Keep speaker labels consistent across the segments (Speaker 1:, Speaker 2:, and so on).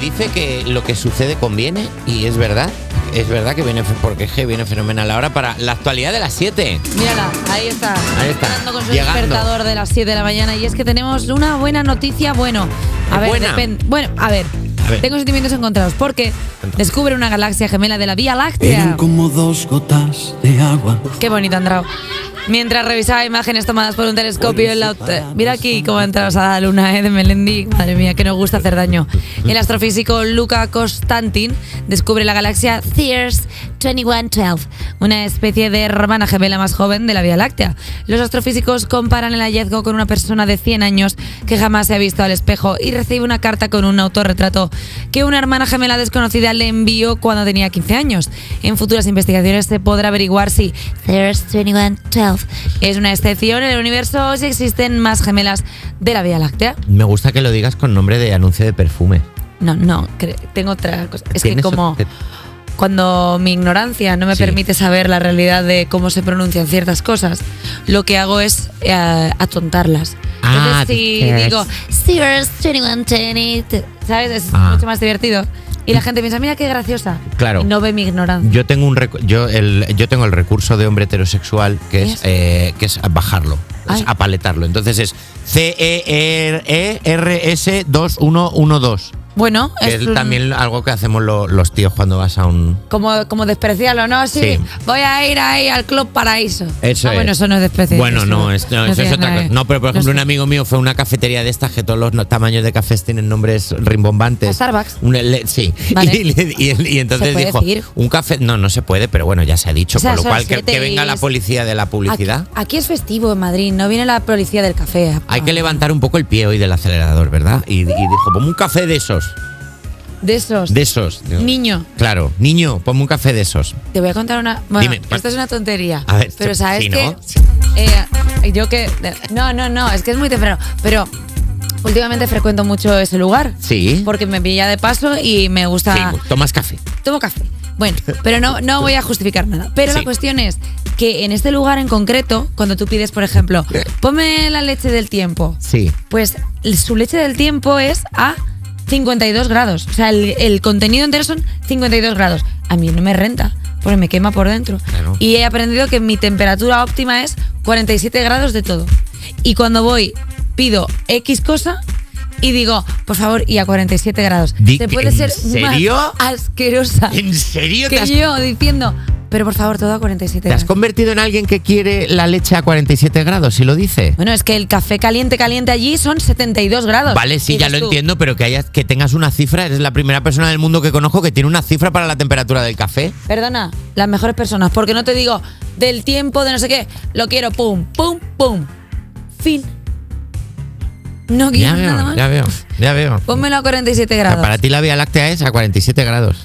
Speaker 1: dice que lo que sucede conviene y es verdad. Es verdad que viene, fe- porque es que viene fenomenal ahora para la actualidad de las 7.
Speaker 2: Mírala, ahí está.
Speaker 1: Ahí está,
Speaker 2: Llegando con su
Speaker 1: llegando.
Speaker 2: despertador de las 7 de la mañana. Y es que tenemos una buena noticia. Bueno, a
Speaker 1: ¿Es
Speaker 2: ver,
Speaker 1: buena?
Speaker 2: depen- Bueno, a ver.
Speaker 1: A ver.
Speaker 2: Tengo sentimientos encontrados porque descubre una galaxia gemela de la Vía Láctea.
Speaker 3: Eran como dos gotas de agua.
Speaker 2: Qué bonito, Andrao. Mientras revisaba imágenes tomadas por un telescopio en la... eh, Mira aquí cómo ha entrado la luna eh, de Melendi. Madre mía, que nos gusta hacer daño. El astrofísico Luca Constantin descubre la galaxia Theirs 2112, una especie de hermana gemela más joven de la Vía Láctea. Los astrofísicos comparan el hallazgo con una persona de 100 años que jamás se ha visto al espejo y recibe una carta con un autorretrato que una hermana gemela desconocida le envió cuando tenía 15 años. En futuras investigaciones se podrá averiguar si There's 2112 es una excepción en el universo o si existen más gemelas de la Vía Láctea.
Speaker 1: Me gusta que lo digas con nombre de anuncio de perfume.
Speaker 2: No, no, cre- tengo otra cosa. Es que
Speaker 1: Tienes
Speaker 2: como
Speaker 1: otro-
Speaker 2: cuando mi ignorancia no me
Speaker 1: Sí.
Speaker 2: permite saber la realidad de cómo se pronuncian ciertas cosas, lo que hago es eh, atontarlas.
Speaker 1: Ah,
Speaker 2: Entonces, si
Speaker 1: dices-
Speaker 2: digo, Sears 2110, ¿sabes? Es
Speaker 1: Ah. Mm.
Speaker 2: mucho más divertido. Y la gente piensa, mira qué graciosa.
Speaker 1: Claro.
Speaker 2: Y no ve mi ignorancia.
Speaker 1: Yo tengo un recu- yo el yo tengo el recurso de hombre heterosexual que
Speaker 2: ¿Qué
Speaker 1: es
Speaker 2: es?
Speaker 1: eh, que es bajarlo, es
Speaker 2: Ay.
Speaker 1: apaletarlo. Entonces es C E E R S 2112.
Speaker 2: Bueno,
Speaker 1: Que
Speaker 2: es
Speaker 1: es
Speaker 2: un-
Speaker 1: también algo que hacemos lo- los tíos cuando vas a un
Speaker 2: Como, como despreciarlo, ¿no? Sí,
Speaker 1: Sí.
Speaker 2: voy a ir ahí al Club Paraíso.
Speaker 1: Eso
Speaker 2: Ah, bueno,
Speaker 1: es.
Speaker 2: eso no es despreciar.
Speaker 1: Bueno, no, es- no, eso es
Speaker 2: tiene
Speaker 1: otra
Speaker 2: nada que-
Speaker 1: cosa. No, pero por ejemplo,
Speaker 2: sé.
Speaker 1: un amigo mío fue a una cafetería de estas que todos los no- tamaños de cafés tienen nombres rimbombantes.
Speaker 2: ¿A Starbucks?
Speaker 1: Un- le- sí.
Speaker 2: Vale.
Speaker 1: Y, le- y él- y entonces
Speaker 2: ¿Se puede
Speaker 1: dijo,
Speaker 2: decir?
Speaker 1: un café. No, no se puede, pero bueno, ya se ha dicho.
Speaker 2: O sea,
Speaker 1: Por lo
Speaker 2: son
Speaker 1: cual, que,
Speaker 2: siete
Speaker 1: que venga
Speaker 2: y
Speaker 1: la
Speaker 2: es-
Speaker 1: policía de la publicidad.
Speaker 2: Aquí, aquí es festivo en Madrid, no viene la policía del café. ah, a-
Speaker 1: Hay que
Speaker 2: a-
Speaker 1: levantar un poco el pie hoy del acelerador, ¿verdad? Y, y dijo, ponme un café de esos.
Speaker 2: De esos.
Speaker 1: De esos. Digo,
Speaker 2: Niño,
Speaker 1: Claro, niño, ponme un café de esos.
Speaker 2: te voy a contar una. Bueno,
Speaker 1: Dime.
Speaker 2: esto es una tontería.
Speaker 1: A ver,
Speaker 2: pero
Speaker 1: sí,
Speaker 2: sabes
Speaker 1: sí,
Speaker 2: que.
Speaker 1: ¿no?
Speaker 2: eh, yo que. No, no, no, es que es muy temprano. Pero últimamente frecuento mucho ese lugar.
Speaker 1: Sí.
Speaker 2: Porque me pilla de paso y me gusta.
Speaker 1: Sí, tomas café.
Speaker 2: tomo café. Bueno, pero no, no voy a justificar nada. Pero
Speaker 1: Sí.
Speaker 2: la cuestión es que en este lugar en concreto, cuando tú pides, por ejemplo,
Speaker 1: Eh.
Speaker 2: ponme la leche del tiempo,
Speaker 1: Sí.
Speaker 2: pues su leche del tiempo es a 52 grados. O sea, el, el contenido entero son 52 grados. A mí no me renta, porque me quema por dentro.
Speaker 1: Claro.
Speaker 2: Y he aprendido que mi temperatura óptima es 47 grados de todo. Y cuando voy, pido X cosa. Y digo, por favor, y a 47 grados.
Speaker 1: Di-
Speaker 2: ¿Te puede
Speaker 1: ¿en
Speaker 2: ser
Speaker 1: serio?
Speaker 2: más asquerosa?
Speaker 1: ¿En serio te
Speaker 2: Ah. que
Speaker 1: has
Speaker 2: yo diciendo, pero por favor, todo a 47
Speaker 1: ¿Te has
Speaker 2: grados.
Speaker 1: convertido en alguien que quiere la leche a 47 grados, si lo dice?
Speaker 2: Bueno, es que el café caliente, caliente allí son 72 grados.
Speaker 1: Vale, sí,
Speaker 2: Dices
Speaker 1: ya lo
Speaker 2: tú,
Speaker 1: entiendo, pero que, hayas, que tengas una cifra, eres la primera persona del mundo que conozco que tiene una cifra para la temperatura del café.
Speaker 2: Perdona, las mejores personas, porque no te digo del tiempo, de no sé qué, lo quiero, pum, pum, pum. Fin. No
Speaker 1: Ya
Speaker 2: quiero nada
Speaker 1: veo,
Speaker 2: más. Pues
Speaker 1: ya veo, ya veo.
Speaker 2: Pónmelo a 47
Speaker 1: O sea,
Speaker 2: grados.
Speaker 1: para ti la Vía Láctea es a 47 grados. Y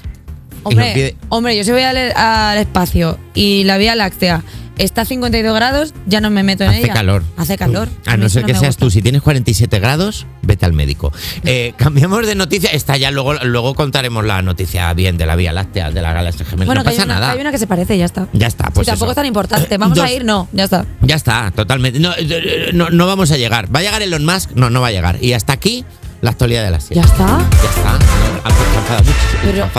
Speaker 1: no
Speaker 2: hombre,
Speaker 1: pide-
Speaker 2: hombre, yo si voy al, al espacio y la Vía Láctea está a 52 grados, ya no me meto en
Speaker 1: Hace
Speaker 2: ella.
Speaker 1: calor.
Speaker 2: Hace calor.
Speaker 1: A
Speaker 2: mí
Speaker 1: no
Speaker 2: eso
Speaker 1: ser que
Speaker 2: me
Speaker 1: seas
Speaker 2: gusta.
Speaker 1: tú. Si tienes 47 grados, vete al médico. Eh, cambiamos de noticia. Esta ya luego, luego contaremos la noticia bien de la Vía Láctea, de la galaxia gemela. Pues
Speaker 2: Bueno,
Speaker 1: no
Speaker 2: que hay
Speaker 1: pasa
Speaker 2: una-
Speaker 1: nada.
Speaker 2: hay una que se parece, ya está.
Speaker 1: Ya está,
Speaker 2: Si
Speaker 1: pues
Speaker 2: tampoco
Speaker 1: eso.
Speaker 2: es tan importante. Vamos
Speaker 1: Dos-
Speaker 2: a ir, no, ya está.
Speaker 1: Ya está, totalmente. No, eh, no, no vamos a llegar. ¿Va a llegar Elon Musk? No, no va a llegar. Y hasta aquí la actualidad de la
Speaker 2: Ya
Speaker 1: sierra.
Speaker 2: está.
Speaker 1: Ya está. Han enfadado mucho,
Speaker 2: Pero,
Speaker 1: se han